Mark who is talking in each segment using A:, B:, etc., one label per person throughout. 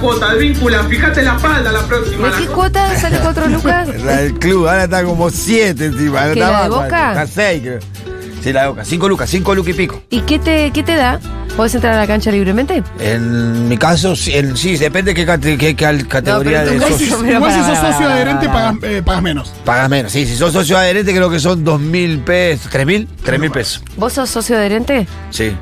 A: cuota, vínculan, fíjate la espalda la próxima.
B: ¿De qué cuota sale cuatro lucas?
C: La del club, ahora está como 7 encima. ahora
B: ¿Que
C: está
B: la de
C: más,
B: Boca?
C: Está 6, creo. Sí, la de boca. 5 lucas, 5 lucas y pico.
B: ¿Y qué te, qué te da? ¿Puedes entrar a la cancha libremente?
C: En mi caso, sí, en- sí depende qué, cate- qué cal- categoría
B: pero tú
C: de
D: Igual si,
C: socios.
B: Pero
D: igual
B: para,
D: si sos
B: para, para,
D: socio
B: para,
D: adherente
B: para.
D: pagas, eh, pagas menos.
C: Pagas menos. Sí, si sos socio adherente, creo que son 2.000 pesos. ¿3.000? 3.000 pesos.
B: ¿Vos sos socio adherente?
C: Sí.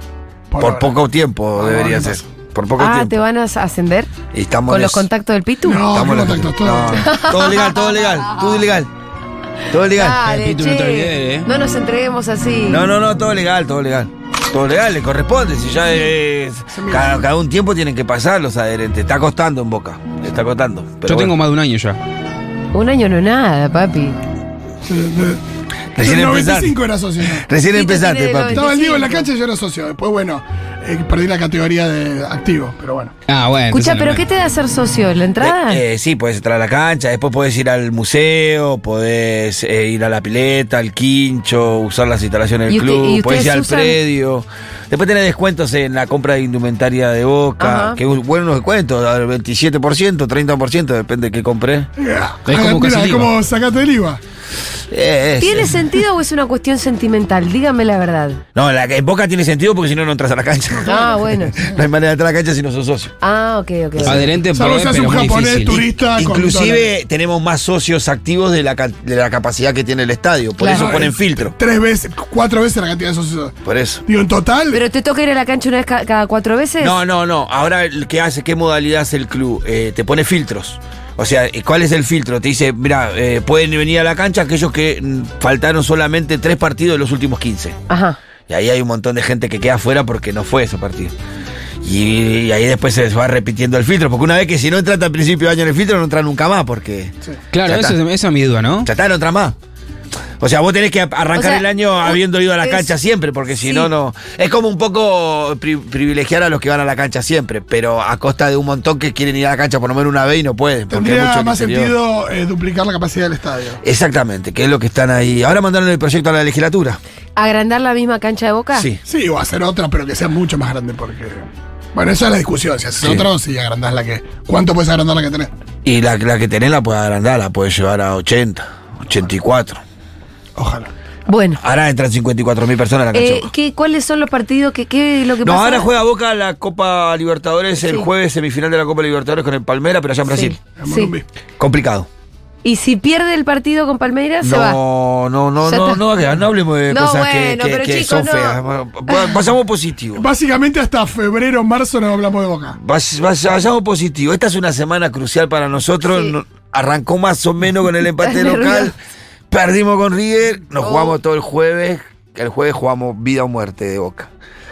D: Por
C: Por,
D: ahora.
C: poco tiempo
D: Por
C: debería
D: ahora.
C: ser. Por poco
B: Ah, ¿te
C: tiempo.
B: van a ascender?
C: Y estamos
B: ¿Con
C: en
B: los
C: eso.
B: contactos del Pitu?
D: No.
C: Estamos en
D: ¿qué
C: eso.
D: contacto?
C: No, todo legal, todo legal, todo legal. Todo legal.
B: Dale,
C: Pitu, no te
B: Ah, che.
C: olvides, eh.
B: No nos entreguemos así.
C: No, no, no, todo legal, todo legal. Todo legal, le corresponde. Si ya es. Cada, cada un tiempo tienen que pasar los adherentes. Está costando en boca. Está costando. Pero
E: Yo
C: bueno.
E: tengo más de un año ya.
B: Un año no nada, papi.
C: Recién
D: en el
C: empezaste.
D: 95 era socio. ¿no?
C: Recién
B: Pitu
C: empezaste,
B: tiene
C: papi.
B: noventa.
D: Estaba el Diego en la cancha y yo era socio. Después, bueno, eh, perdí la categoría de activo, pero bueno.
E: Ah, bueno.
B: Escucha,
E: entonces no
B: ¿pero
E: me-
B: qué te da ser socio? ¿La entrada?
C: Eh, eh, sí, podés entrar a la cancha, después podés ir al museo, podés eh, ir a la pileta, al quincho, usar las instalaciones
B: ¿Y
C: del
B: usted-
C: club,
B: y
C: podés ir
B: ustedes
C: al
B: usan-
C: predio. Después tenés descuentos en la compra de indumentaria de boca,
B: Ajá.
C: que bu- buenos descuentos, al 27%, 30%, depende de qué compré.
E: Es como casi
D: Mira, Ah,
E: el
D: es
E: IVA.
D: como sacate del IVA.
C: Eh, es-
B: ¿Tiene
C: es-
B: sentido o es una cuestión sentimental? Dígame la verdad.
C: No, la, en boca tiene sentido porque si no, no entras a la cancha.
B: Ah, bueno.
C: no hay manera de entrar a la cancha si no sos socio.
B: Ah, ok, ok.
E: Adherente,
D: Salvo
E: podés,
D: seas
E: pero
D: un
E: es muy
D: japonés
E: difícil.
D: turista. con dólares.
C: Inclusive tenemos más socios activos de la, ca- de la capacidad que tiene el estadio, por
B: Claro.
C: eso
D: No,
C: ponen
D: es
C: filtro.
D: Tres veces, cuatro veces la cantidad de socios.
C: Por eso.
D: Digo, en total.
B: ¿Pero te toca ir a la cancha una vez ca- cada cuatro veces?
C: No, no, no. Ahora, el- ¿qué hace? ¿Qué modalidad hace el club? Eh, te pone filtros. O sea, eh, ¿cuál es el filtro? Te dice, mira, eh, pueden venir a la cancha aquellos que mm, faltaron solamente tres partidos de los últimos 15.
B: Ajá.
C: Y ahí hay un montón de gente que queda fuera porque no fue ese partido. Y, y ahí después se va repitiendo el filtro. Porque una vez que si no entra al principio de año en el filtro, no entra nunca más. Porque
E: Claro,
C: Ya
E: eso,
C: está.
E: es- esa es mi duda, ¿no?
C: ya está, no entra más. O sea, vos tenés que arrancar
B: O sea, eh,
C: el año habiendo ido a la
B: es-
C: cancha siempre, porque si
B: sí.
C: no, no. Es como un poco pri- privilegiar a los que van a la cancha siempre, pero a costa de un montón que quieren ir a la cancha por lo menos una vez y no pueden. Porque hay mucho
D: Tendría
C: que
D: más
C: se dio.
D: sentido eh, duplicar la capacidad del estadio.
C: Exactamente, que es lo que están ahí. Ahora mandaron el proyecto a la legislatura.
B: ¿Agrandar la misma cancha de boca?
C: Sí.
D: Sí, o hacer otra, pero que sea mucho más grande, porque. Bueno, esa es la discusión. Si haces
C: Sí.
D: otra o si agrandás la que. ¿Cuánto puedes agrandar la que tenés?
C: Y la, la que tenés la puede agrandar, la puede llevar a 80, 84.
D: Ojalá.
B: Bueno.
C: Ahora entran 54 mil personas a la cancha.
B: Eh, ¿qué, ¿Cuáles son los partidos? que qué, lo que
C: no,
B: pasa?
C: ahora juega Boca la Copa Libertadores el
B: Sí.
C: jueves, semifinal de la Copa Libertadores con el Palmera, pero allá en Brasil.
D: En
B: Sí.
D: Morumbí.
C: Complicado.
B: ¿Y si pierde el partido con Palmeiras, se va?
C: No, no, no,
B: Ya
C: no,
B: está.
C: no, no, hablemos de
B: No,
C: cosas que-
B: bueno,
C: que,
B: pero
C: que
B: chicos,
C: son
B: no.
C: feas. Bueno, pa- Pasamos positivo.
D: Básicamente hasta febrero, marzo no hablamos de boca.
C: Vas- vas- Pasamos positivo. Esta es una semana crucial para nosotros.
B: Sí.
C: No- arrancó más o menos con el empate
B: Estás
C: local.
B: nervioso.
C: Perdimos con River. Nos
B: Oh.
C: jugamos todo el jueves. El jueves jugamos vida o muerte de Boca.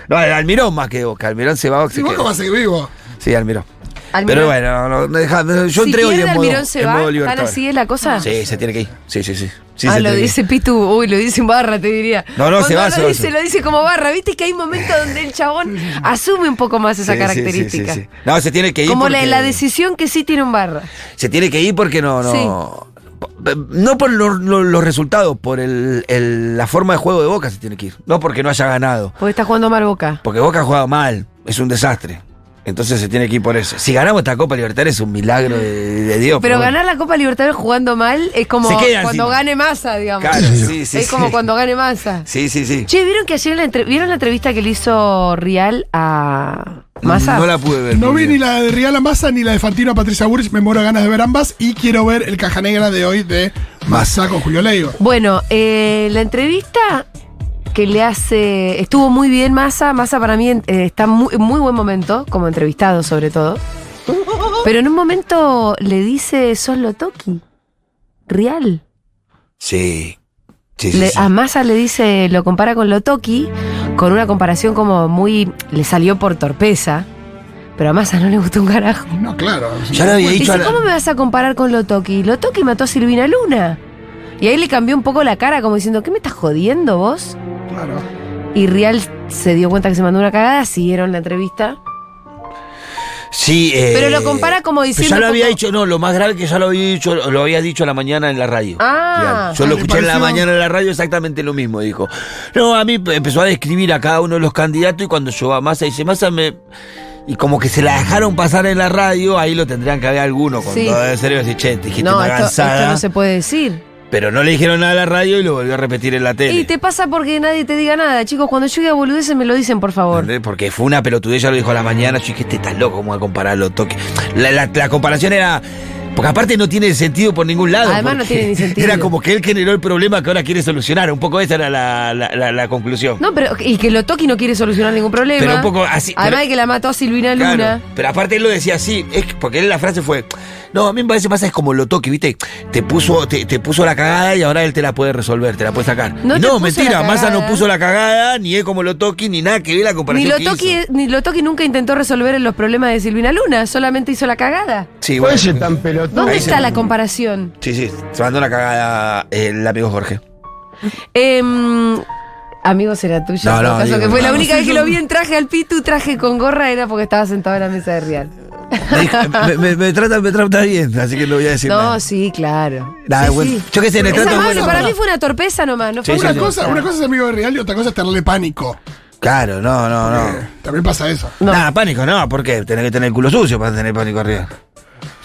C: No, el Almirón más que de Boca. Almirón se va. se
D: Si
C: queda.
D: Boca va a seguir vivo.
C: Sí, Almirón.
B: Almirón.
C: Pero bueno, no, no, deja- yo
B: si
C: entré hoy
B: pierde
C: en modo,
B: Almirón se
C: en
B: va,
C: modo
B: ¿tan
C: Libertadores.
B: así es la cosa?
C: Sí, se tiene que ir. Sí, sí, sí. Sí,
B: ah,
C: se
B: lo
C: tiene que ir.
B: dice Pitu, uy, lo dice en barra, te diría.
C: No, no, se
B: Cuando
C: va,
B: lo
C: se va,
B: dice,
C: se va.
B: Lo dice como barra, viste que hay momentos donde el chabón asume un poco más esa
C: Sí, sí, sí, sí,
B: característica.
C: sí. No, se tiene que ir.
B: Como la,
C: porque-
B: la decisión que sí tiene un barra.
C: Se tiene que ir porque no, no. p- No por lo- lo- los resultados, por el- el- la forma de juego de Boca se tiene que ir. No porque no haya ganado.
B: Porque está jugando mal boca.
C: Porque Boca ha jugado mal. Es un desastre. Entonces se tiene que ir por eso. Si ganamos esta Copa Libertadores es un milagro de, de Dios. pues,
B: Pero
C: bueno.
B: ganar la Copa Libertadores jugando mal es como
C: Se queda
B: cuando
C: encima.
B: gane masa, digamos.
C: Claro, sí, sí,
B: es
C: sí.
B: como cuando gane masa.
C: Sí, sí, sí.
B: Che, ¿vieron que ayer la entre- ¿vieron la entrevista que le hizo Rial a Massa?
C: No la pude ver.
D: No vi
C: porque-
D: ni la de Rial Massa ni la de Fantino a Patricia Burch. Me muero de ganas de ver ambas. Y quiero ver el caja negra de hoy de Massa con Julio Leigo.
B: Bueno, eh, la entrevista que le hace. Estuvo muy bien Massa. Massa para mí eh, está en muy, muy buen momento, como entrevistado sobre todo. Pero en un momento le dice: Sos Lotoki. Real.
C: Sí. Sí, sí,
B: Le-
C: sí.
B: a Massa le dice: Lo compara con Lotoki, con una comparación como muy. Le salió por torpeza. Pero a Massa no le gustó un carajo.
D: No, claro.
C: Ya lo había dicho. a
B: Dice,
C: la-
B: ¿cómo me vas a comparar con Lotoki? Lotoki mató a Silvina Luna. Y ahí le cambió un poco la cara, como diciendo, ¿qué me estás jodiendo vos?
D: Claro.
B: Y Real se dio cuenta que se mandó una cagada, siguieron la entrevista.
C: Sí, eh,
B: Pero lo compara como
C: pero
B: diciendo
C: Ya lo había
B: como-
C: dicho, no, lo más grave que ya lo había dicho, lo había dicho a la mañana en la radio.
B: Ah.
C: Yo lo
D: Ah,
C: escuché en la
D: pareció-
C: mañana en la radio exactamente lo mismo, dijo. No, a mí empezó a describir a cada uno de los candidatos y cuando yo a Massa dice, Massa me. y como que se la dejaron pasar en la radio, ahí lo tendrían que haber alguno con
B: Sí.
C: todo el serio decir, che, te dijiste
B: No,
C: una
B: esto,
C: gansada",
B: esto no se puede decir.
C: Pero no le dijeron nada a la radio y lo volvió a repetir en la tele.
B: Y te pasa porque nadie te diga nada, chicos. Cuando yo diga boludeces me lo dicen, por favor.
C: ¿Entendés? Porque fue una pelotudez, ya lo dijo a la mañana. Yo dije, este estás loco, ¿cómo va a comparar los toques? La, la- la comparación era. Porque aparte no tiene sentido por ningún lado.
B: Además no
C: porque
B: tiene ni sentido.
C: Era como que él generó el problema que ahora quiere solucionar. Un poco esa era la, la- la- la conclusión.
B: No, pero y que lo toque y no quiere solucionar ningún problema.
C: Pero un poco así,
B: Además
C: pero-
B: de que la mató a Silvina Luna.
C: Claro, pero aparte él lo decía así, es que- porque él la frase fue, no, a mí me parece pasa es como lo toque, viste, te puso, te, te puso la cagada y ahora él te la puede resolver, te la puede sacar.
B: No
C: Y
B: te puso
C: mentira,
B: la
C: Massa no
B: cagada.
C: puso la cagada, ni es como lo toque, ni nada que ve la
B: Ni
C: comparación.
B: lo,
C: que hizo.
B: toque, ni lo toque nunca intentó resolver los problemas de Silvina Luna, solamente hizo la cagada.
C: Sí, bueno.
B: ¿Dónde
C: Ahí
B: está
C: se-
B: la comparación?
C: Sí, sí, se mandó la cagada eh, el amigo Jorge.
B: Em, amigo, será tuyo.
C: No,
B: en todo
C: no,
B: caso,
C: digo,
B: que fue
C: no,
B: la
C: no
B: única
C: soy
B: vez que
C: yo.
B: lo vi en traje al pitu, traje con gorra, era porque estaba sentado en la mesa de Real.
C: Me, dijo- eh, me- me- me trata, me trata bien, así que no voy a decir
B: No,
C: nada.
B: sí, claro.
C: Nada, bueno, Yo qué sé, le
B: Es
C: trato
B: amable,
C: bueno,
B: para
C: pero-
B: mí fue una torpeza nomás, no fue
C: Sí,
D: una,
C: sí, sí.
D: cosa, una cosa es amigo de real y otra cosa es tenerle pánico.
C: Claro, no, no, no.
D: Eh, también pasa eso.
B: No.
C: Nada, pánico, no, ¿por qué? Tenés que tener el culo sucio para tener pánico arriba.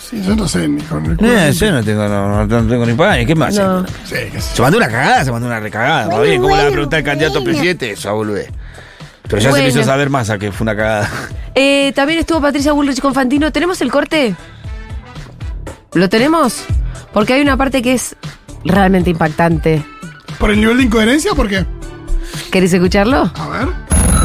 D: Sí, yo no sé ni con el culo.
C: Eh, yo no tengo, no, no tengo ni pánico, ¿qué más?
B: No.
D: Sí, qué sé yo.
C: Se mandó una cagada, se mandó una recagada. ¿no? Oye, ¿Cómo le va a preguntar al candidato a presidente? Eso, boludez. Pero ya se
B: Bueno.
C: le hizo saber más a que fue una cagada.
B: Eh, también estuvo Patricia Bullrich con Fantino. ¿Tenemos el corte? ¿Lo tenemos? Porque hay una parte que es realmente impactante.
D: ¿Por el nivel de incoherencia por qué?
B: ¿Querés escucharlo?
C: Ah,
D: A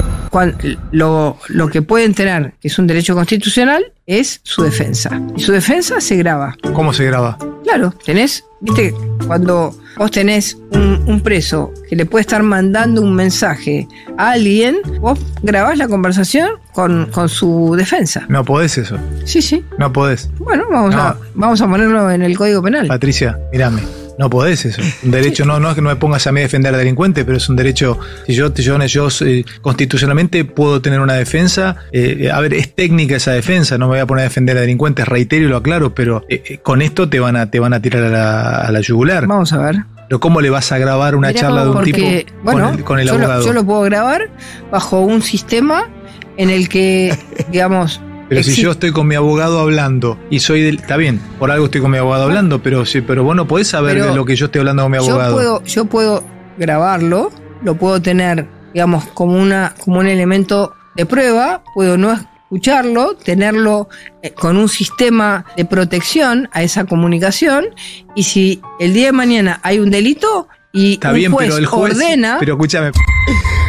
D: ver.
E: cuan- lo, lo que pueden tener, que es un derecho constitucional, es su defensa. Y su defensa se graba.
F: ¿Cómo se graba?
E: Claro, tenés, viste, cuando vos tenés un, un preso que le puede estar mandando un mensaje a alguien, vos grabás la conversación con, con su defensa.
F: No podés eso.
E: Sí, sí.
F: No podés.
E: Bueno, vamos, a,
F: No.
E: vamos a ponerlo en el Código Penal.
F: Patricia, mírame. No podés eso. Un derecho, no, no es que no me pongas a mí a defender a delincuentes, pero es un derecho. Si yo, yo, yo eh, constitucionalmente puedo tener una defensa. eh, eh, a ver, es técnica esa defensa, no me voy a poner a defender a delincuentes, reitero y lo aclaro, pero eh, eh, con esto te van a, te van a tirar a la, a la yugular.
E: Vamos a ver.
F: Pero ¿cómo le vas a grabar una
B: Mirá
F: charla de
B: cómo-
F: un tipo
E: Porque,
F: con
E: bueno,
F: el, con el
E: yo,
F: abogado?
E: lo, yo lo puedo grabar bajo un sistema en el que, digamos,
F: Pero si
E: existe-
F: yo estoy con mi abogado hablando y soy del. Está bien, por algo estoy con mi abogado hablando, pero, sí, pero vos no podés saber
E: Ah. Pero
F: de lo que yo estoy hablando con mi
E: yo
F: abogado.
E: puedo, yo puedo grabarlo, lo puedo tener, digamos, como una, como un elemento de prueba, puedo no escucharlo, tenerlo eh, con un sistema de protección a esa comunicación, y si el día de mañana hay un delito y
F: Está
E: un
F: bien,
E: juez
F: pero el juez.
E: ordena,
F: Pero escúchame,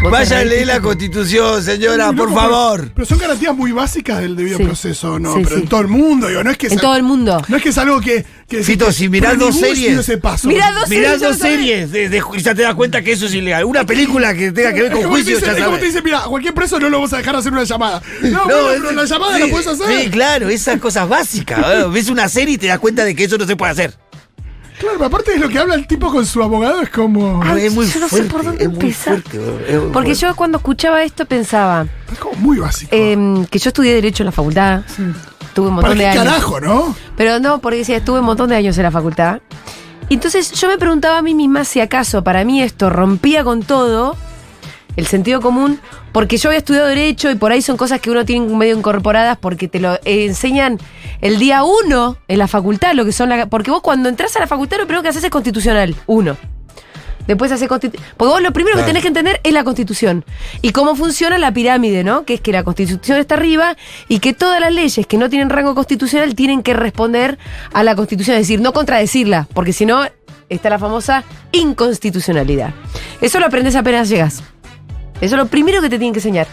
B: Vos
C: Vaya a
B: tenés-
C: leer la constitución, señora,
D: Muy
C: por
D: loco,
C: favor.
D: Pero, pero son garantías muy básicas del debido
B: Sí.
D: proceso, ¿no?
B: Sí,
D: pero
B: sí.
D: en todo el mundo, digo, no es que
B: En
D: sea-
B: todo el mundo.
D: No es que es algo que. que
C: Fito, si mirás dos
D: prohibís
C: series-
D: ese paso.
B: Mirá dos series, ya
C: Mirando
B: lo sabés.
C: series, de- de- ya te das cuenta que eso es ilegal. Una película que tenga que ver
D: Es
C: con
D: como te
C: juicio,
D: dicen-
C: ya
D: es como
C: sabes.
D: te dicen, mira, a cualquier preso no lo vamos a dejar hacer una llamada. No,
C: No,
D: bueno,
C: es-
D: pero la llamada
C: sí,
D: la puedes hacer.
C: Sí, claro, esas cosas básicas. ¿eh? Ves una serie y te das cuenta de que eso no se puede hacer.
D: Claro, pero aparte de lo que habla el tipo con su abogado, es como.
B: Ay,
C: es muy
B: yo no sé
C: fuerte,
B: por dónde
C: es muy
B: empezar.
C: fuerte, es muy
B: Porque
C: fuerte.
B: yo cuando escuchaba esto pensaba
D: Es como muy básico.
B: em, que yo estudié Derecho en la facultad. Tuve un
D: ¿Para
B: montón
D: qué
B: de años.
D: carajo, no?
B: Pero no, porque decía, estuve un montón de años en la facultad. Entonces yo me preguntaba a mí misma si acaso para mí esto rompía con todo el sentido común, porque yo había estudiado derecho y por ahí son cosas que uno tiene medio incorporadas porque te lo eh, enseñan el día uno en la facultad, lo que son la, porque vos cuando entras a la facultad lo primero que haces es constitucional, uno. Después haces constitu- Porque vos lo primero que tenés que entender es la constitución. Y cómo funciona la pirámide, ¿no? Que es que la constitución está arriba y que todas las leyes que no tienen rango constitucional tienen que responder a la constitución. Es decir, no contradecirla, porque si no está la famosa inconstitucionalidad. Eso lo aprendes apenas llegas. Eso es lo primero que te tienen que enseñar.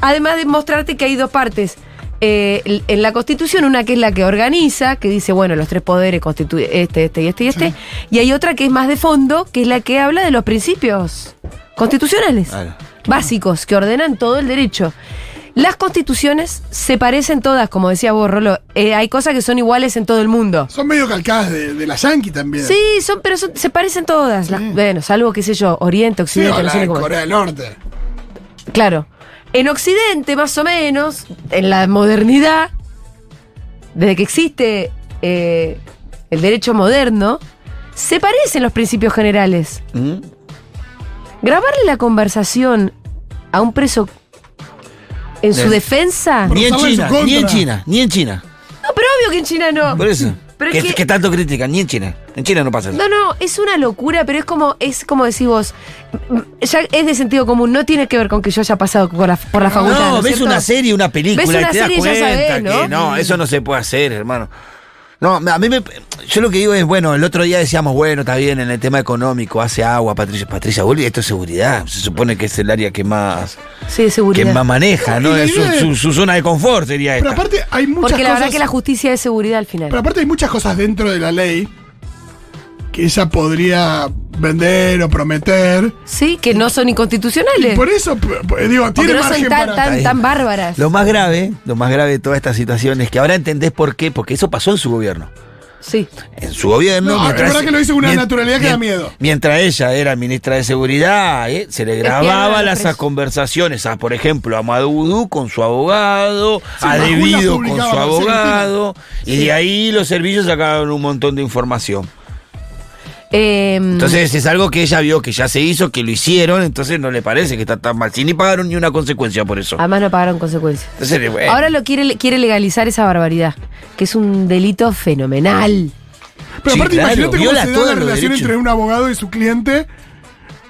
B: Además de mostrarte que hay dos partes. eh, l- en la Constitución, una que es la que organiza, que dice, bueno, los tres poderes constituyen este, este y este y este, y hay otra que es más de fondo, que es la que habla de los principios constitucionales,
C: Claro.
B: básicos, que ordenan todo el derecho. Las constituciones se parecen todas, como decía vos, Rolo, eh, hay cosas que son iguales en todo el mundo.
D: Son medio calcadas de, de la Yankee también.
B: Sí, son, pero son- se parecen todas. las- bueno, salvo, qué sé yo, Oriente,
D: Sí,
B: Occidente,
D: o
B: no
D: la
B: sé ni
D: de
B: cómo es.
D: Corea del Norte.
B: Claro. En Occidente, más o menos, en la modernidad, desde que existe eh, el derecho moderno, se parecen los principios generales.
C: ¿Mm?
B: Grabarle la conversación a un preso en su
C: Bien.
B: defensa.
D: Pero
C: Ni en
D: usarla en
C: China,
D: su
C: ni en
D: contra.
C: China, ni en China.
B: No, pero obvio que en China no.
C: Por eso.
B: Pero
C: que,
B: es que-
C: que tanto critican, ni en China. En China no pasa eso.
B: No, no, es una locura, pero es como, es como decís vos, mm, ya es de sentido común, no tiene que ver con que yo haya pasado por la, por la facultad.
C: No,
B: ¿no es
C: ves
B: cierto?
C: una serie, una película
B: Ves una
C: y te das
B: serie y ya
C: cuenta
B: sabés, ¿no?
C: que no, eso no se puede hacer, hermano. No, a mí me, yo lo que digo es, bueno, el otro día decíamos, bueno, está bien, en el tema económico hace agua, Patricia, Patricia Bull, esto es seguridad, se supone que es el área que más,
B: Sí, de
C: que
B: seguridad.
C: más maneja, ¿no?
D: Y
C: Es su,
D: vive-
C: su- su zona de confort sería
D: Pero
C: esta.
D: aparte hay muchas
B: Porque la
D: cosas.
B: verdad que la justicia es seguridad al final.
D: Pero aparte hay muchas cosas dentro de la ley que ella podría vender o prometer.
B: sí, que no son inconstitucionales.
D: Por eso, p- p- digo,
B: Porque
D: tiene
B: no son
D: margen
B: tan,
D: para.
B: tan, tan bárbaras.
C: Lo más grave, lo más grave de toda esta situación es que ahora entendés por qué, porque eso pasó en su gobierno.
B: Sí.
C: En su gobierno.
D: No,
C: mientras-
D: la verdad que lo hizo con una
C: mien-
D: naturalidad que da
C: mien-
D: miedo.
C: Mientras ella era ministra de Seguridad, ¿eh? se le
B: pierna
C: grababa
B: de
C: las
B: preso.
C: conversaciones, a, por ejemplo, a Madudú con su abogado,
D: Sí,
C: a
D: Majula
C: Debido con
D: publicaba
C: su
D: Marcelo Espina.
C: abogado, y de ahí los servicios sacaban un montón de información.
B: Eh,
C: Entonces es algo que ella vio que ya se hizo, que lo hicieron, entonces no le parece que está tan mal. Si ni pagaron ni una consecuencia por eso.
B: además no pagaron consecuencias.
C: Entonces, bueno,
B: Ah. Ahora lo quiere, quiere legalizar esa barbaridad, que es un delito fenomenal.
D: Pero
C: Sí,
D: aparte,
C: claro,
D: imagínate cómo
C: viola
D: se da
C: todos
D: la
C: los
D: relación
C: derechos.
D: entre un abogado y su cliente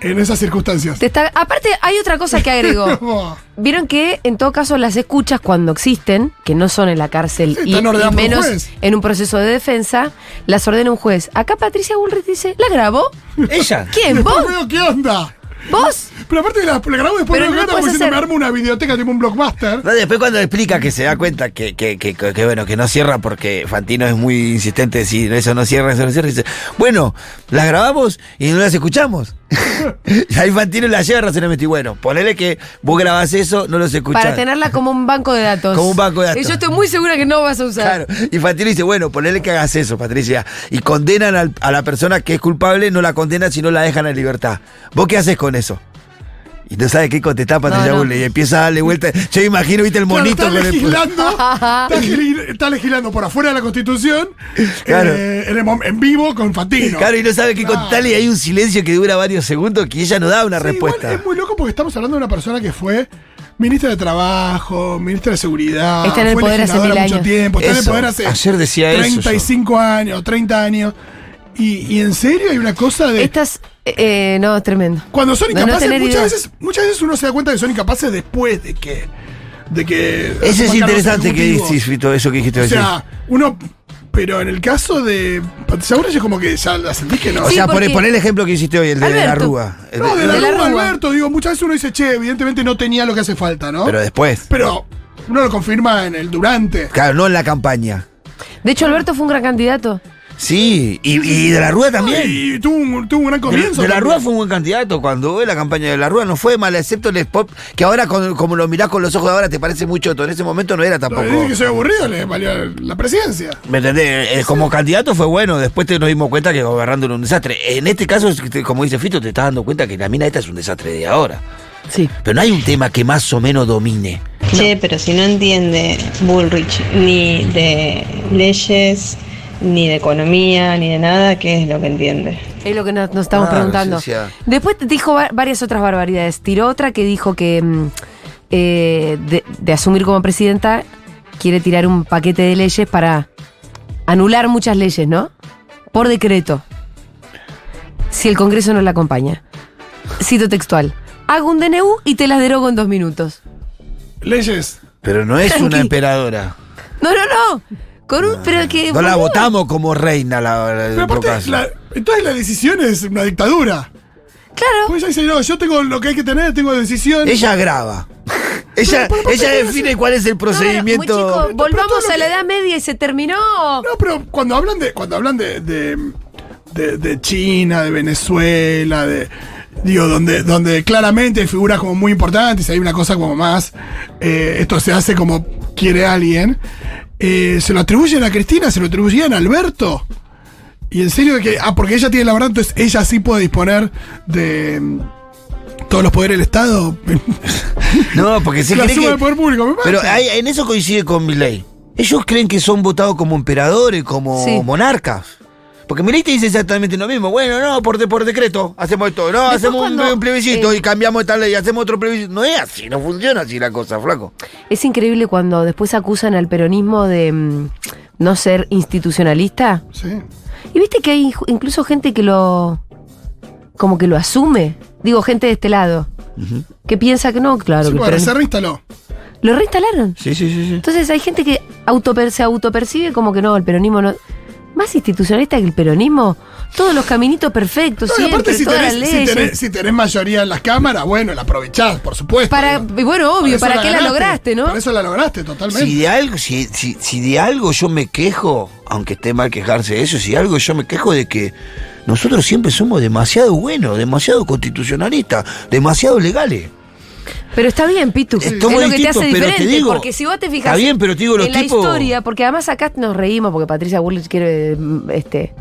D: en esas circunstancias.
B: Te está- aparte, hay otra cosa que agregó.
D: Como,
B: Vieron que en todo caso las escuchas cuando existen, que no son en la cárcel
D: Sí,
B: y,
D: están
B: y
D: ordenadas por un
B: menos
D: juez.
B: en un proceso de defensa, las ordena un juez. Acá Patricia Bullrich dice, ¿la grabó?
C: ella.
B: ¿Quién?
D: después
B: ¿Vos?
D: veo qué onda.
B: ¿Vos?
D: Pero aparte la, la grabo después
B: Pero no
D: veo qué
B: la
D: onda
B: puedes
D: como diciendo,
B: hacer.
D: me armo una videoteca tipo un blockbuster.
C: No, después cuando explica que se da cuenta que, que, que, que, bueno, que no cierra porque Fantino es muy insistente, si eso no cierra, eso no cierra, dice, bueno, las grabamos y no las escuchamos. y ahí Fantino la lleva al razonamiento y bueno, ponele que vos grabás eso, no los escuchás.
B: Para tenerla como un banco de datos.
C: Como un banco de datos.
B: Y yo estoy muy segura que no vas a usar.
C: Claro, y Fantino dice, bueno, ponele que hagas eso, Patricia. Y condenan al- a la persona que es culpable, no la condenan, sino la dejan en libertad. ¿Vos qué haces con eso? Y no sabe qué contestar Patricia
B: no.
C: Bullrich, y empieza a darle vuelta. Yo me imagino, viste, el
D: Claro,
C: monito con
D: está
C: el...
D: legislando, está, gili- está legislando por afuera de la Constitución,
C: Claro.
D: eh, en, el mom- en vivo con Fantino.
C: Claro, y no sabe qué
D: Claro.
C: contarle y hay un silencio que dura varios segundos que ella no da una
D: Sí,
C: respuesta.
D: igual es muy loco porque estamos hablando de una persona que fue ministra de Trabajo, ministra de Seguridad,
B: Está en el
D: fue
B: poder hace
D: legisladora
B: mil
D: mucho
B: años.
D: tiempo, está en el
C: Eso,
D: poder hace
C: ayer decía eso yo.
D: 35 años, 30 años. Y, y en serio hay una cosa de...
B: Estas, eh, eh, no, tremendo.
D: Cuando son
B: De no
D: incapaces,
B: tener
D: muchas,
B: idea.
D: veces, muchas veces uno se da cuenta que son incapaces después de que. De que
C: Eso es
D: arrancaron
C: interesante que
D: ejecutivos.
C: decís, Fito, eso que dijiste.
D: O
C: decís.
D: sea, uno. Pero en el caso de Patricia Bullrich es como que ya la sentís que no.
C: o
B: Sí,
C: sea,
B: porque-
C: pon, pon el ejemplo que hiciste hoy, el de, la
B: Alberto.
C: Rúa. El
D: no,
C: de-
D: de la,
B: de la
D: Rúa,
B: Rúa.
D: Alberto, digo, muchas veces uno dice, che, evidentemente no tenía lo que hace falta, ¿no?
C: Pero
D: Pero,
C: después.
D: uno lo confirma en el durante.
C: Claro, no en la campaña.
B: De hecho, Alberto fue un gran candidato.
C: Sí, y, y de la Rúa también.
D: Y tuvo un, tuvo un gran
C: De,
D: comienzo.
C: de la
D: también.
C: Rúa fue un buen candidato cuando hubo la campaña de la Rúa no fue mala, excepto el spot que ahora con- como lo mirás con los ojos de ahora te parece mucho, en ese momento no era
D: Lo que
C: tampoco.
D: dice que soy aburrido le valió la presidencia.
C: ¿Me entendés? Eh, Como candidato fue bueno, después te nos dimos cuenta que gobernando era un desastre. En este caso, es que te- como dice Fito, te estás dando cuenta que la mina esta es un desastre de ahora.
B: Sí.
C: Pero no hay un tema que más o menos domine.
G: Che, pero si no entiende Bullrich ni de leyes, ni de economía, ni de nada, ¿qué es lo que entiende?
B: Es lo que nos, nos estamos
C: Claro,
B: preguntando.
C: Ah, sí, sí.
B: Después dijo va- varias otras barbaridades. Tiró otra que dijo que mm, eh, de, de asumir como presidenta quiere tirar un paquete de leyes para anular muchas leyes, ¿no? Por decreto. Si el Congreso no la acompaña. Cito textual. Hago un DNU y te las derogo en dos minutos.
D: Leyes.
C: Pero no es una
B: Tranqui.
C: emperadora.
B: No, no, no. Con un, pero que,
C: No la
B: boludo.
C: votamos como reina la, la- en
D: Pero
C: todo
D: aparte,
C: caso.
D: la- entonces la decisión es una dictadura.
B: Claro.
D: Pues ella dice, no, yo tengo lo que hay que tener, tengo decisión.
C: Ella graba. ella
D: pero, pero,
C: ella
D: pero,
C: define cuál es el
B: No, pero, muy
C: procedimiento.
B: chico,
D: pero todo
B: volvamos
D: lo
B: a la
D: que-
B: edad media y se terminó.
D: No, pero cuando hablan de. Cuando hablan de. de, de- de China, de Venezuela, de. Digo, donde, donde claramente hay figuras como muy importantes, hay una cosa como más. eh, esto se hace como quiere alguien. eh, se lo atribuyen a Cristina, se lo atribuyen a Alberto. Y en serio que. Ah, porque ella tiene la verdad, entonces ella sí puede disponer de. mm, Todos los poderes del Estado.
C: no, porque se
D: la
C: cree
D: suma
C: que-
D: del poder público. me
C: Pero
D: mata.
C: hay- en eso coincide con mi ley. Ellos creen que son votados como emperadores, como
B: Sí.
C: monarcas. Porque Milei te dice exactamente lo mismo. Bueno, no, por, de- por decreto hacemos esto. No,
B: Después
C: hacemos un,
B: cuando,
C: un plebiscito
B: eh,
C: y cambiamos esta ley, hacemos otro plebiscito. No es así, no funciona así la cosa, flaco.
B: Es increíble cuando después acusan al peronismo de mm, no ser institucionalista.
D: Sí.
B: Y viste que hay inju- incluso gente que lo. como que lo asume. Digo, gente de este lado. Que piensa que no, claro.
D: Sí,
B: que el
D: bueno, se
B: peronismo-
D: reinstaló.
B: Lo reinstalaron.
C: Sí, sí, sí, sí.
B: Entonces hay gente que autoper- se autopercibe como que no, el peronismo no. Más institucionalista que el peronismo. Todos los caminitos perfectos,
D: No, y
B: siempre,
D: aparte, si
B: todas
D: tenés,
B: las
D: si
B: leyes.
D: tenés- si tenés mayoría en las cámaras, bueno, la aprovechás, por supuesto.
B: Para,
D: Digo,
B: y bueno, obvio,
D: eso
B: ¿para qué la
D: ganaste,
B: lograste, no?
D: Para eso la lograste, totalmente.
C: Si de algo, si, si, si de algo yo me quejo, aunque esté mal quejarse de eso, si de algo yo me quejo de que nosotros siempre somos demasiado buenos, demasiado constitucionalistas, demasiado legales.
B: Pero está bien, Pitu.
C: Es
B: Es,
C: todo
B: lo que te
C: distinto,
B: hace
C: pero te
B: diferente.
C: digo,
B: porque si vos te fijas
C: está bien, pero te digo, los
B: en
C: tipos-
B: la historia, porque además acá nos reímos porque Patricia Bullrich quiere mm, este,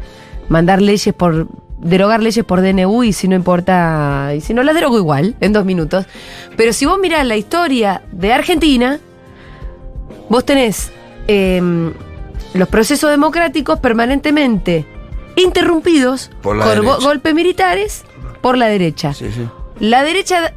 B: mandar leyes por. derogar leyes por DNU y si no importa. Y si no, la derogo igual, en dos minutos. Pero si vos mirás la historia de Argentina, vos tenés em, los procesos democráticos permanentemente interrumpidos
C: Por la
B: con
C: derecha.
B: go- golpes militares por la derecha.
C: Sí, sí.
B: La derecha,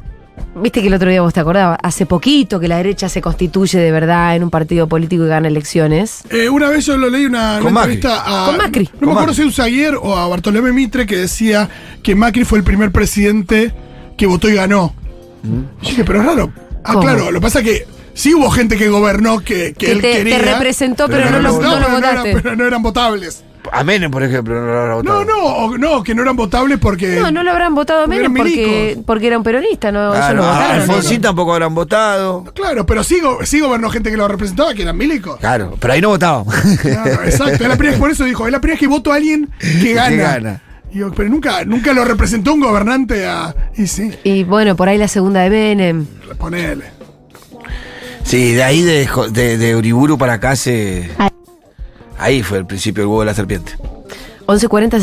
B: viste que el otro día vos te acordabas, hace poquito que la derecha se constituye de verdad en un partido político y gana elecciones.
D: Eh, una vez yo lo leí una, una
C: Con Macri.
D: entrevista a.
B: Con Macri.
D: No
C: Con
D: me acuerdo
C: Macri.
D: si era Usaguier o a Bartolomé Mitre que decía que Macri fue el primer presidente que votó y ganó.
C: Mm.
D: Y dije, pero es raro. Ah,
B: ¿Cómo?
D: claro, lo que pasa es que sí hubo gente que gobernó que, que
B: Que
D: él
B: te, te
D: quería.
B: representó, pero, no,
C: pero no
B: lo,
C: lo-
B: no lo
D: pero eran-
B: votaste.
D: pero no eran votables.
C: A Menem, por ejemplo, no lo habrá
D: No,
C: votado.
D: no, o- no, que no eran votables porque.
B: No, no lo habrán votado
D: Porque
B: menos
D: eran
B: porque,
D: milicos.
B: porque era un peronista, no, ellos
C: Claro,
B: no
C: Ah, a
B: votaron.
C: Alfonsín
B: no,
C: tampoco habrán votado.
D: Claro, pero sí, go- sí gobernó gente que lo representaba, que eran milicos.
C: Claro, pero ahí no votaban.
D: Claro, exacto. Es la primera, por eso dijo, es la primera vez que voto a alguien que gana.
C: gana.
D: Y yo, pero nunca, nunca lo representó un gobernante a. Y sí,
B: no. Y bueno, por ahí la segunda de Menem.
D: ponele.
C: Sí, de ahí de, Jo- de, de Uriburu para acá se. Ahí fue el principio del huevo de la serpiente.
B: 1140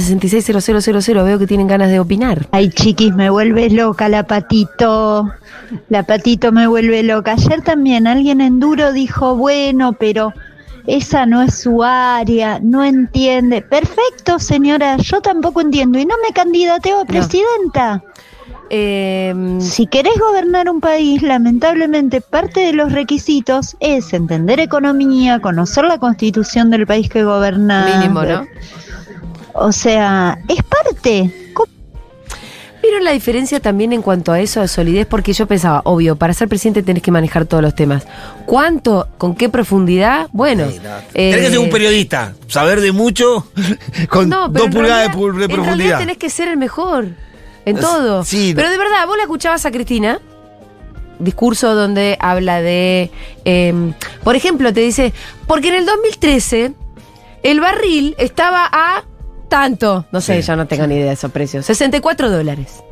B: 000 veo que tienen ganas de opinar.
H: Ay, chiquis, me vuelve loca la patito. La patito me vuelve loca. Ayer también alguien en duro dijo, bueno, pero esa no es su área, no entiende. Perfecto, señora, yo tampoco entiendo. Y no me candidateo a presidenta.
B: Eh,
H: Si querés gobernar un país, lamentablemente parte de los requisitos es entender economía, conocer la constitución del país que
E: Ah,
H: gobernás.
B: mínimo, ¿no?
H: O sea, es parte. ¿Cómo
B: ¿Vieron la diferencia también en cuanto a eso de solidez? Porque yo pensaba, obvio, para ser presidente tenés que manejar todos los temas. ¿Cuánto? ¿Con qué profundidad? Bueno. eh,
C: Tenés que ser un periodista, saber de mucho, con
B: no, pero
C: dos
B: en realidad-
C: pulgadas de, pu- de
B: en realidad
C: profundidad.
B: tenés que ser el mejor. En
C: Es-
B: todo.
C: sí.
B: Pero de verdad, vos la escuchabas a Cristina. Discurso donde habla de. eh, por ejemplo, te dice. Porque en el 2013 el barril estaba a tanto. No sé,
C: Sí.
B: ya no tengo ni idea de esos precios. 64 dólares.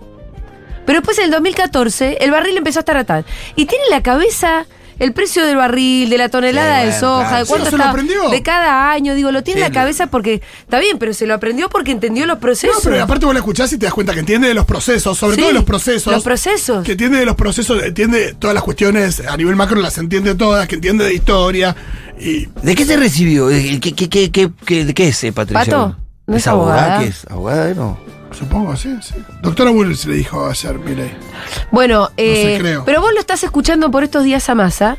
B: Pero después en el 2014 el barril empezó a estar a tal. Y tiene en la cabeza el precio del barril, de la tonelada
C: Sí,
B: de
C: bueno,
B: soja,
C: claro.
B: de
C: Sí,
B: cuánto
D: se lo
B: estaba-
D: aprendió.
B: de cada año. Digo, lo tiene en
C: Sí,
B: la cabeza porque está bien, pero se lo aprendió porque entendió los procesos.
D: No, pero aparte vos la escuchás y te das cuenta que entiende de los procesos, sobre
B: Sí,
D: todo de los procesos.
B: los procesos.
D: Que entiende de los procesos, entiende todas las cuestiones a nivel macro, las entiende todas, que entiende de historia. Y
C: ¿De qué se recibió? ¿Qué, qué, qué, qué, qué, qué- de qué es, eh, Patricia?
B: Pato, no es abogada.
C: ¿Qué es? ¿Abogada? eh? No.
D: supongo, sí, sí. Doctora Bullrich le dijo ayer, mire.
B: Bueno, eh,
D: sé, creo.
B: pero vos lo estás escuchando por estos días a masa.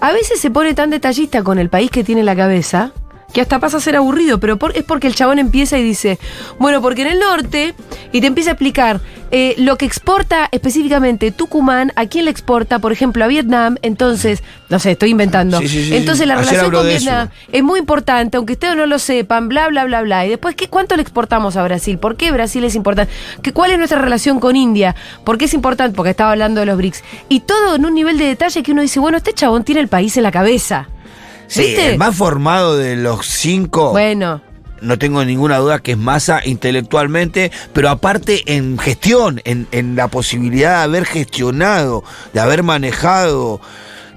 B: A veces se pone tan detallista con el país que tiene en la cabeza que hasta pasa a ser aburrido, pero por- es porque el chabón empieza y dice, bueno, porque en el norte, y te empieza a explicar eh, lo que exporta específicamente Tucumán, a quién le exporta, por ejemplo, a Vietnam, entonces, no sé, estoy inventando,
C: Sí, sí, sí,
B: entonces
C: sí.
B: la
C: Ayer
B: relación
C: habló
B: con
C: de eso.
B: Vietnam es muy importante, aunque ustedes no lo sepan, bla, bla, bla, bla. Y después, ¿qué, ¿cuánto le exportamos a Brasil? ¿Por qué Brasil es importante? ¿Qué, ¿Cuál es nuestra relación con India? ¿Por qué es importante? Porque estaba hablando de los BRICS. Y todo en un nivel de detalle que uno dice, bueno, este chabón tiene el país en la cabeza.
C: Sí,
B: ¿Viste?
C: el más formado de los cinco,
B: Bueno,
C: no tengo ninguna duda que es masa intelectualmente, pero aparte en gestión, en, en la posibilidad de haber gestionado, de haber manejado.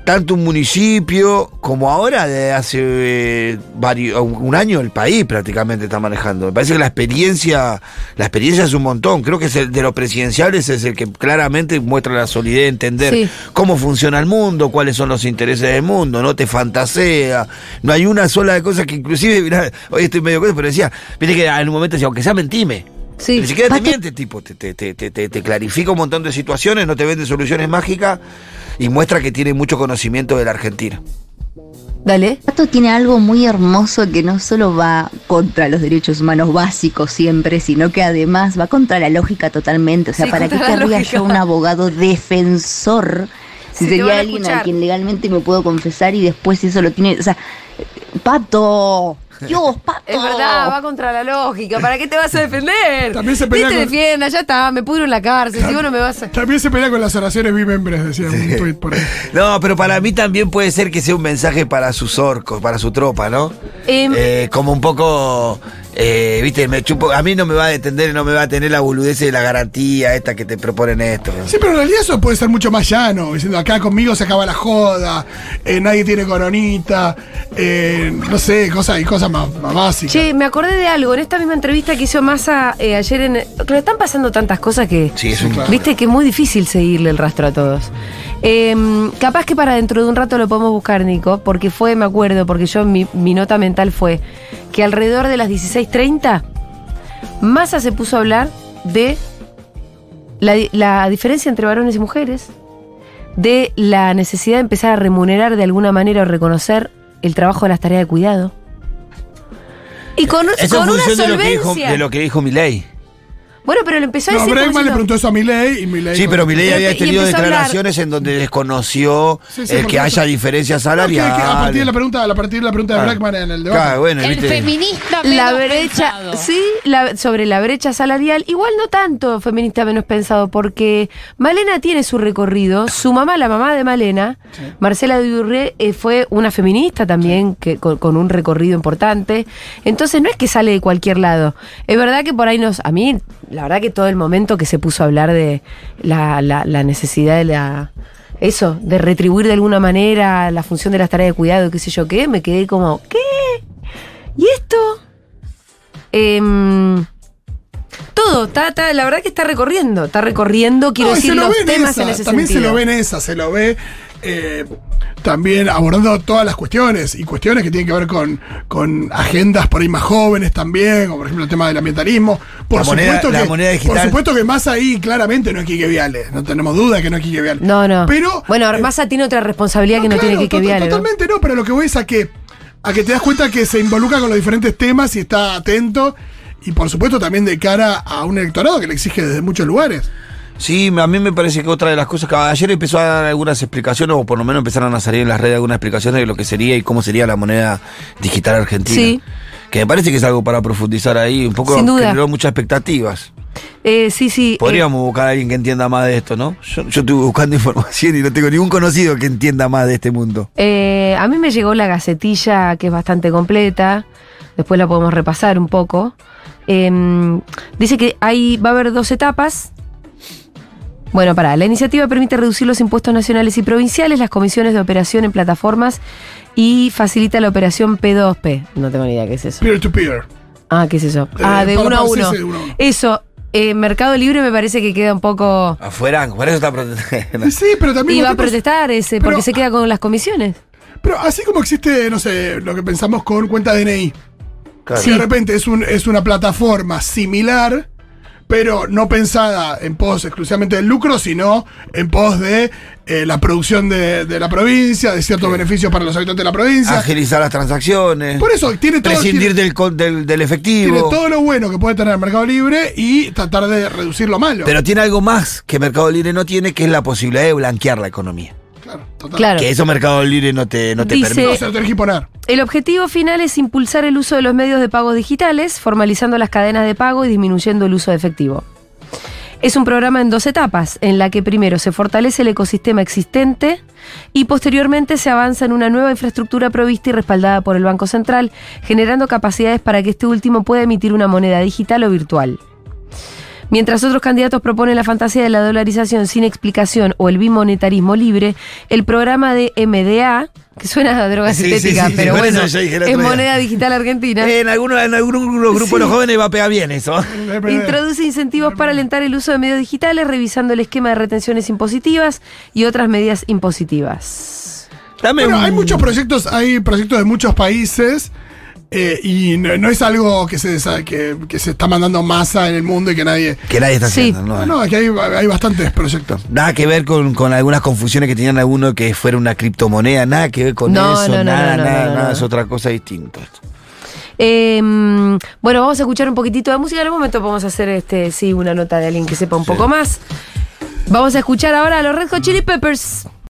C: tanto un municipio como ahora, desde hace eh, vario- un año, el país prácticamente está manejando. Me parece que la experiencia, la experiencia es un montón. Creo que es el de los presidenciales es el que claramente muestra la solidez, entender
B: Sí.
C: cómo funciona el mundo, cuáles son los intereses del mundo, no te fantasea, no hay una sola cosa que inclusive, mirá, hoy estoy medio cosa, pero decía, viste que en un momento decía, aunque sea mentime.
B: Sí.
C: Ni siquiera te
B: Basta-
C: miente, tipo, te, te, te, te- te- te clarifica un montón de situaciones, no te vende soluciones mágicas y muestra que tiene mucho conocimiento de la Argentina.
B: Dale.
I: Pato tiene algo muy hermoso que no solo va contra los derechos humanos básicos siempre, sino que además va contra la lógica totalmente. O sea,
B: Sí,
I: ¿para qué
B: contra la
I: querría
B: lógica.
I: yo un abogado defensor? Si
B: Sí, te van a
I: sería alguien
B: escuchar.
I: a quien legalmente me puedo confesar y después si eso lo tiene. O sea, Pato, Dios, Pato.
B: Es
C: Oh.
B: verdad, va contra la lógica. ¿Para qué te vas a defender?
D: También se
B: Ni
D: pelea
B: te
D: con-
B: defiendas, ya está, me pudro en la cárcel. Si vos no me vas a.
D: También se pelea con las oraciones bimembres, decía un tuit por ahí.
C: No, pero para mí también puede ser que sea un mensaje para sus orcos, para su tropa, ¿no?
B: Em.
C: Eh, como un poco, eh, viste, me chupo, a mí no me va a detener, no me va a tener la boludez de la garantía esta que te proponen esto.
D: Sí, pero en realidad eso puede ser mucho más llano, diciendo acá conmigo se acaba la joda, eh, nadie tiene coronita, eh, no sé, cosas y cosas más, más básicas.
B: Che, me acordé de algo. En esta misma entrevista que hizo Massa eh, ayer en. Claro, están pasando tantas cosas que.
C: Sí, es un...
B: Viste que es muy difícil seguirle el rastro a todos. Em, capaz que para dentro de un rato lo podemos buscar, Nico, porque fue, me acuerdo, porque yo mi, mi nota mental fue que alrededor de las 16.30 Massa se puso a hablar de la, di- la diferencia entre varones y mujeres, de la necesidad de empezar a remunerar de alguna manera o reconocer el trabajo de las tareas de cuidado. Y con, un-
C: Eso
B: con
C: en
B: una
C: función de lo que dijo,
B: solvencia.
C: de lo que dijo Milei.
B: Bueno, pero lo empezó a
D: No,
B: decir. como
D: Bregman le
B: diciendo-
D: preguntó eso a Milei y Milei.
C: Sí, pero Milei
B: Pero
C: había
B: te- y
C: tenido
B: empezó a hablar-
C: declaraciones en donde desconoció
D: Sí, sí,
C: el
D: por
C: que
D: supuesto.
C: haya diferencias
D: No, que- que
C: salariales.
D: a partir de la pregunta, a partir de la pregunta de
C: Ah.
D: Bregman en el debate.
C: Claro, bueno,
J: El
C: viste.
J: feminista
B: la
J: menos
B: brecha,
J: pensado.
B: sí, la- sobre la brecha salarial, igual no tanto feminista menos pensado, porque Malena tiene su recorrido, su mamá, la mamá de Malena, Marcela Durré eh, fue una feminista también, que, con, con un recorrido importante, entonces no es que sale de cualquier lado, es verdad que por ahí nos, a mí, la verdad que todo el momento que se puso a hablar de la, la- la necesidad de la... Eso, de retribuir de alguna manera la función de las tareas de cuidado, qué sé yo qué, me quedé como, ¿qué? ¿Y esto? Em, todo, está, está- la verdad que está recorriendo, está recorriendo, quiero
D: No, y
B: decir,
D: se lo
B: los
D: ve en
B: temas
D: esa,
B: en ese
D: también
B: sentido.
D: se lo ve en esa, se lo ve eh, también abordando todas las cuestiones y cuestiones que tienen que ver con, con agendas por ahí más jóvenes también, como por ejemplo el tema del ambientalismo. Por
C: La moneda-
D: supuesto
C: la
D: que,
C: moneda digital.
D: Por supuesto que más ahí claramente no es Quique Viales, no tenemos duda que no es Quique Viales.
B: No, no.
D: Pero eh,
B: bueno, Armasa tiene otra responsabilidad que no
D: claro,
B: tiene que
D: to-
B: quedar.
D: Totalmente no, pero lo que voy es a que, a que te das cuenta que se involucra con los diferentes temas y está atento. Y por supuesto también de cara a un electorado que le exige desde muchos lugares.
C: Sí, a mí me parece que otra de las cosas que ayer empezó a dar algunas explicaciones, o por lo menos empezaron a salir en las redes algunas explicaciones de lo que sería y cómo sería la moneda digital argentina.
B: Sí.
C: Que me parece que es algo para profundizar ahí, un poco
B: Sin duda.
C: generó muchas expectativas.
B: sí, sí. eh,
C: Podríamos buscar a alguien que entienda más de esto, ¿no? Yo, yo estuve buscando información y no tengo ningún conocido que entienda más de este mundo.
B: eh, a mí me llegó la gacetilla, que es bastante completa. Después la podemos repasar un poco. Em, dice que ahí va a haber dos etapas. Bueno, para la iniciativa permite reducir los impuestos nacionales y provinciales, las comisiones de operación en plataformas y facilita la operación P2P. No tengo ni idea qué es eso.
D: Peer-to-peer.
B: Ah, qué es eso. Ah, de
D: para-
B: uno a
D: para- Eh, sí,
B: uno.
D: sí, de uno a uno.
B: Eso, eh, Mercado Libre me parece que queda un poco.
C: Afuera, por eso está protestando.
D: Sí, pero también.
B: Y va a
D: nosotros-
B: protestar ese,
D: pero-
B: porque se queda con las comisiones.
D: Pero así como existe, no sé, lo que pensamos con cuenta DNI.
C: Claro.
D: Si de repente es, un, es una plataforma similar, pero no pensada en pos exclusivamente del lucro, sino en pos de eh, la producción de, de la provincia, de ciertos beneficios para los habitantes de la provincia.
C: Agilizar las transacciones.
D: Por eso tiene todo,
C: prescindir
D: tiene,
C: del, con- del, del efectivo.
D: tiene todo lo bueno que puede tener el Mercado Libre y tratar de reducir lo malo.
C: Pero tiene algo más que Mercado Libre no tiene, que es la posibilidad de blanquear la economía.
D: claro, total.
B: Claro.
C: Que eso Mercado Libre no te, no te
B: Dice-
D: No
C: permite.
D: se lo tenés que poner.
B: El objetivo final es impulsar el uso de los medios de pago digitales, formalizando las cadenas de pago y disminuyendo el uso de efectivo. Es un programa en dos etapas, en la que primero se fortalece el ecosistema existente y posteriormente se avanza en una nueva infraestructura provista y respaldada por el Banco Central, generando capacidades para que este último pueda emitir una moneda digital o virtual. Mientras otros candidatos proponen la fantasía de la dolarización sin explicación o el bimonetarismo libre, el programa de MDA, que suena a droga
C: Sí, sí,
B: sintética,
C: sí, sí,
B: pero
C: por eso
B: bueno,
C: yo dije el
B: es
C: otro día.
B: moneda digital argentina.
C: En algunos en algún grupo de los jóvenes va a pegar bien eso.
B: Introduce incentivos para alentar el uso de medios digitales, revisando el esquema de retenciones impositivas y otras medidas impositivas.
C: Dame
D: Bueno,
C: un-
D: hay muchos proyectos, hay proyectos de muchos países. eh, y no, no es algo que se, desa- que, que se está mandando masa en el mundo y que nadie.
C: que nadie está
B: Sí.
C: haciendo. ¿no?
D: No, no, es que hay, hay bastantes proyectos.
C: Nada que ver con, con algunas confusiones que tenían algunos que fuera una criptomoneda, nada que ver con
B: No,
C: eso,
B: no, no,
C: nada,
B: no, no,
C: nada,
B: no,
C: nada,
B: no.
C: es otra cosa distinta.
B: Eh, mm, bueno, vamos a escuchar un poquitito de música. En algún momento podemos hacer este, sí, una nota de alguien que sepa un poco más. Vamos a escuchar ahora a los Red Hot Chili Peppers.